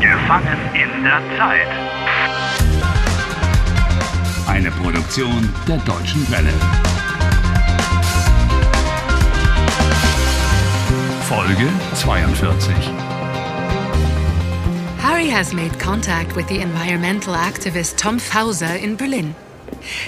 Gefangen in der Zeit. Eine Produktion der Deutschen Welle. Folge 42. Harry has made contact with the environmental activist Tom Fauser in Berlin.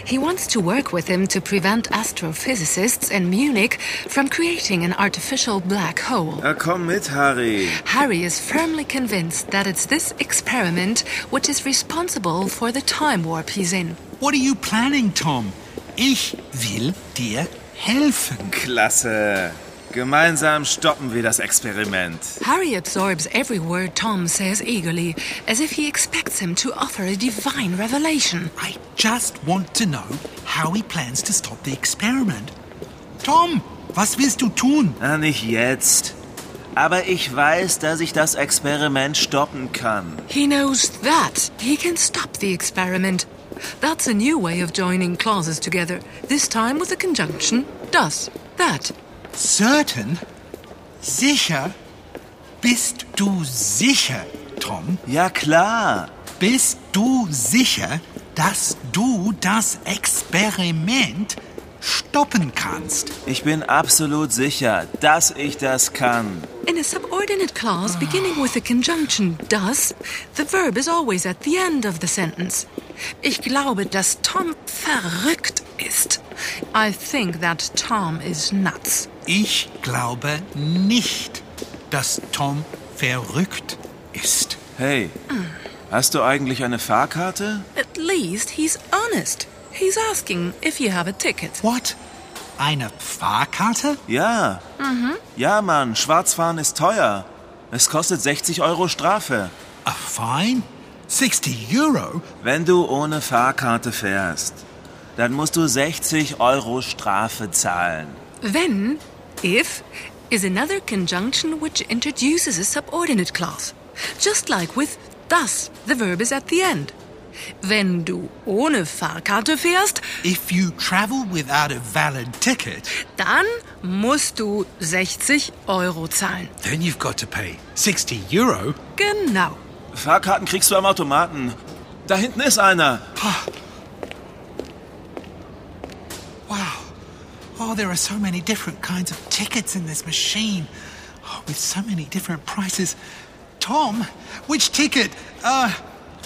He wants to work with him to prevent astrophysicists in Munich from creating an artificial black hole. Na komm mit, Harry. Harry is firmly convinced that it's this experiment which is responsible for the time warp he's in. What are you planning, Tom? Ich will dir helfen. Klasse. Gemeinsam stoppen wir das Experiment. Harry absorbs every word Tom says eagerly, as if he expects him to offer a divine revelation. I just want to know how he plans to stop the experiment. Tom, was willst du tun? Na, nicht jetzt. Aber ich weiß, dass ich das Experiment stoppen kann. He knows that he can stop the experiment. That's a new way of joining clauses together, this time with the conjunction does. That. Certain? Sicher? Bist du sicher, Tom? Ja, klar. Bist du sicher, dass du das Experiment stoppen kannst? Ich bin absolut sicher, dass ich das kann. In a subordinate clause beginning with the conjunction does, the verb is always at the end of the sentence. Ich glaube, dass Tom verrückt ist. I think that Tom is nuts. Ich glaube nicht, dass Tom verrückt ist. Hey, hast du eigentlich eine Fahrkarte? At least he's honest. He's asking if you have a ticket. What? Eine Fahrkarte? Ja. Ja, Mann, Schwarzfahren ist teuer. Es kostet 60 Euro Strafe, A fine? 60 Euro? wenn du ohne Fahrkarte fährst. Dann musst du 60 Euro Strafe zahlen. Then, if is another conjunction which introduces a subordinate clause, just like with das, the verb is at the end. Wenn du ohne Fahrkarte fährst, If you travel without a valid ticket, dann musst du 60 Euro zahlen. then you've got to pay 60 Euro. Genau. Fahrkarten kriegst du am Automaten. Da hinten ist einer. Wow. Oh, there are so many different kinds of tickets in this machine. Oh, with so many different prices. Tom, which ticket? Uh,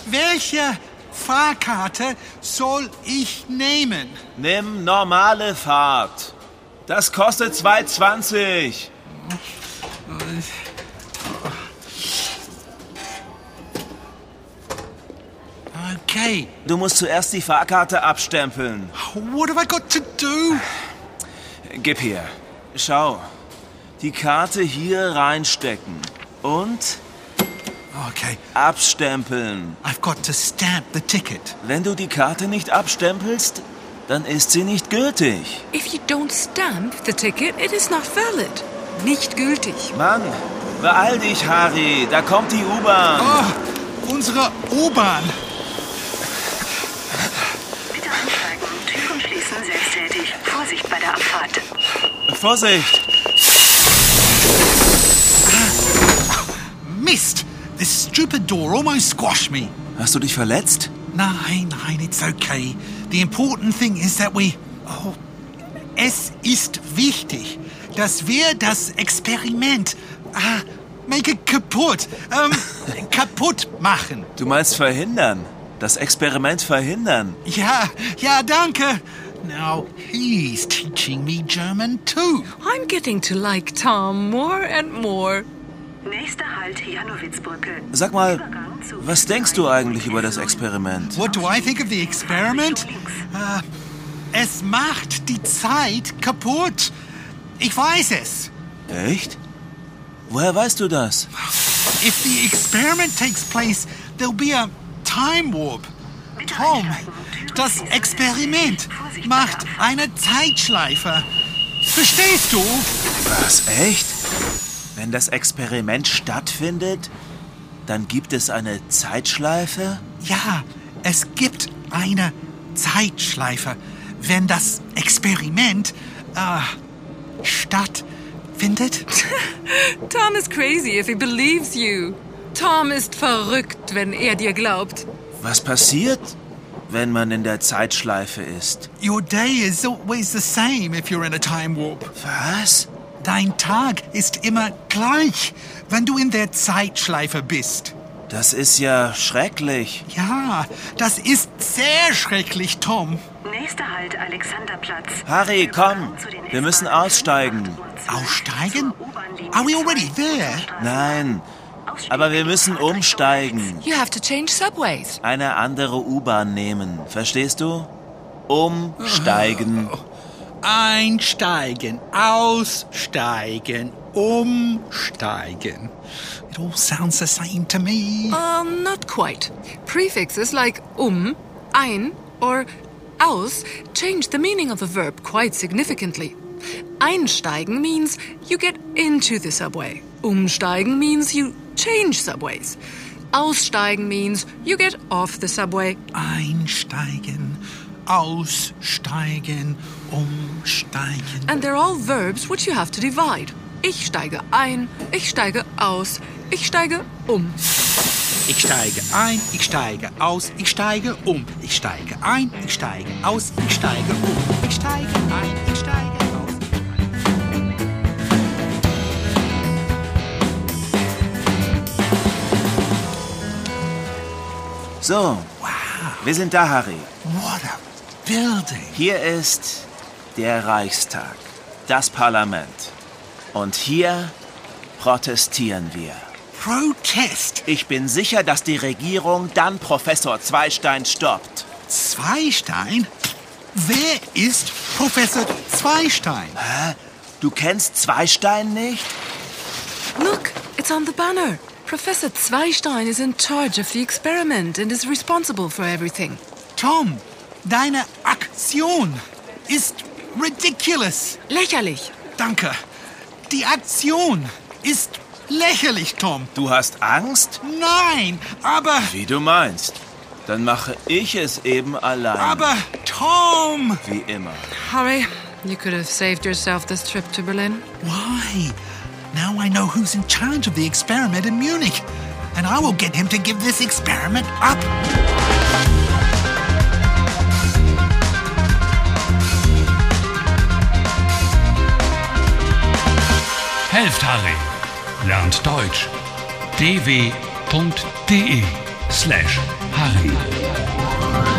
welche Fahrkarte soll ich nehmen? Nimm normale Fahrt. Das kostet 2,20. Okay, Du musst zuerst die Fahrkarte abstempeln. what have I got to do? Gib hier. Schau. Die Karte hier reinstecken. Und Okay, abstempeln. I've got to stamp the ticket. Wenn du die Karte nicht abstempelst, dann ist sie nicht gültig. If you don't stamp the ticket, it is not valid. Nicht gültig. Mann, beeil dich, Harry. Da kommt die U-Bahn. Oh, unsere U-Bahn. Bitte ansteigen, Türen schließen selbsttätig. Vorsicht bei der Abfahrt. Vorsicht. Missed. This stupid door almost squashed me. Hast du dich verletzt? Nein, nein, it's okay. The important thing is that we. Oh, es ist wichtig, dass wir das Experiment. Ah, make it kaputt. Ähm, kaputt machen. Du meinst verhindern. Das Experiment verhindern. Ja, ja, danke. Now he's teaching me German too. I'm getting to like Tom more and more. Nächster Halt Janowitzbrücke. Sag mal, was denkst du eigentlich über das Experiment? What do I think of the experiment? Ah, es macht die Zeit kaputt. Ich weiß es. Echt? Woher weißt du das? If the experiment takes place, there'll be a time warp. Tom, das Experiment macht eine Zeitschleife. Verstehst du? Was? Echt? Wenn das Experiment stattfindet, dann gibt es eine Zeitschleife? Ja, es gibt eine Zeitschleife, wenn das Experiment äh, stattfindet. Tom is crazy if he believes you. Tom ist verrückt, wenn er dir glaubt. Was passiert, wenn man in der Zeitschleife ist? Your day is always the same if you're in a time warp. Was? Dein Tag ist immer gleich, wenn du in der Zeitschleife bist. Das ist ja schrecklich. Ja, das ist sehr schrecklich, Tom. Nächster Halt Alexanderplatz. Harry, komm. Zu den Wir müssen S-Bahnen aussteigen. 8 Uhr zurück Aussteigen? zur U-Bahn-Linie Are we already 2 there? Straße. Nein, aber wir müssen umsteigen. You have to change subways. Eine andere U-Bahn nehmen. Verstehst du? Umsteigen. Einsteigen, aussteigen, umsteigen. It all sounds the same to me. Um, not quite. Prefixes like um, ein, or aus change the meaning of a verb quite significantly. Einsteigen means you get into the subway. Umsteigen means you change subways. Aussteigen means you get off the subway. Einsteigen, aussteigen, umsteigen. And they're all verbs which you have to divide. Ich steige ein, ich steige aus, ich steige um. Ich steige ein, ich steige aus, ich steige um. Ich steige ein, ich steige aus, ich steige um. Ich steige ein, ich steige aus. So, wir sind da, Harry. What a building. Hier ist der Reichstag, das Parlament. Und hier protestieren wir. Protest. Ich bin sicher, dass die Regierung dann Professor Zweistein stoppt. Zweistein? Wer ist Professor Zweistein? Du kennst Zweistein nicht? Look, it's on the banner. Professor Zweistein is in charge of the experiment and is responsible for everything. Tom, deine Aktion ist ridiculous. Lächerlich. Danke. Die Aktion ist lächerlich, Tom. Du hast Angst? Nein, aber, Wie du meinst. Dann mache ich es eben allein. aber, Tom. Wie immer. Harry, you could have saved yourself this trip to Berlin. Why? Now I know who's in charge of the experiment in Munich. And I will get him to give this experiment up. Helft Harry. Lernt Deutsch. dw.de slash Harry.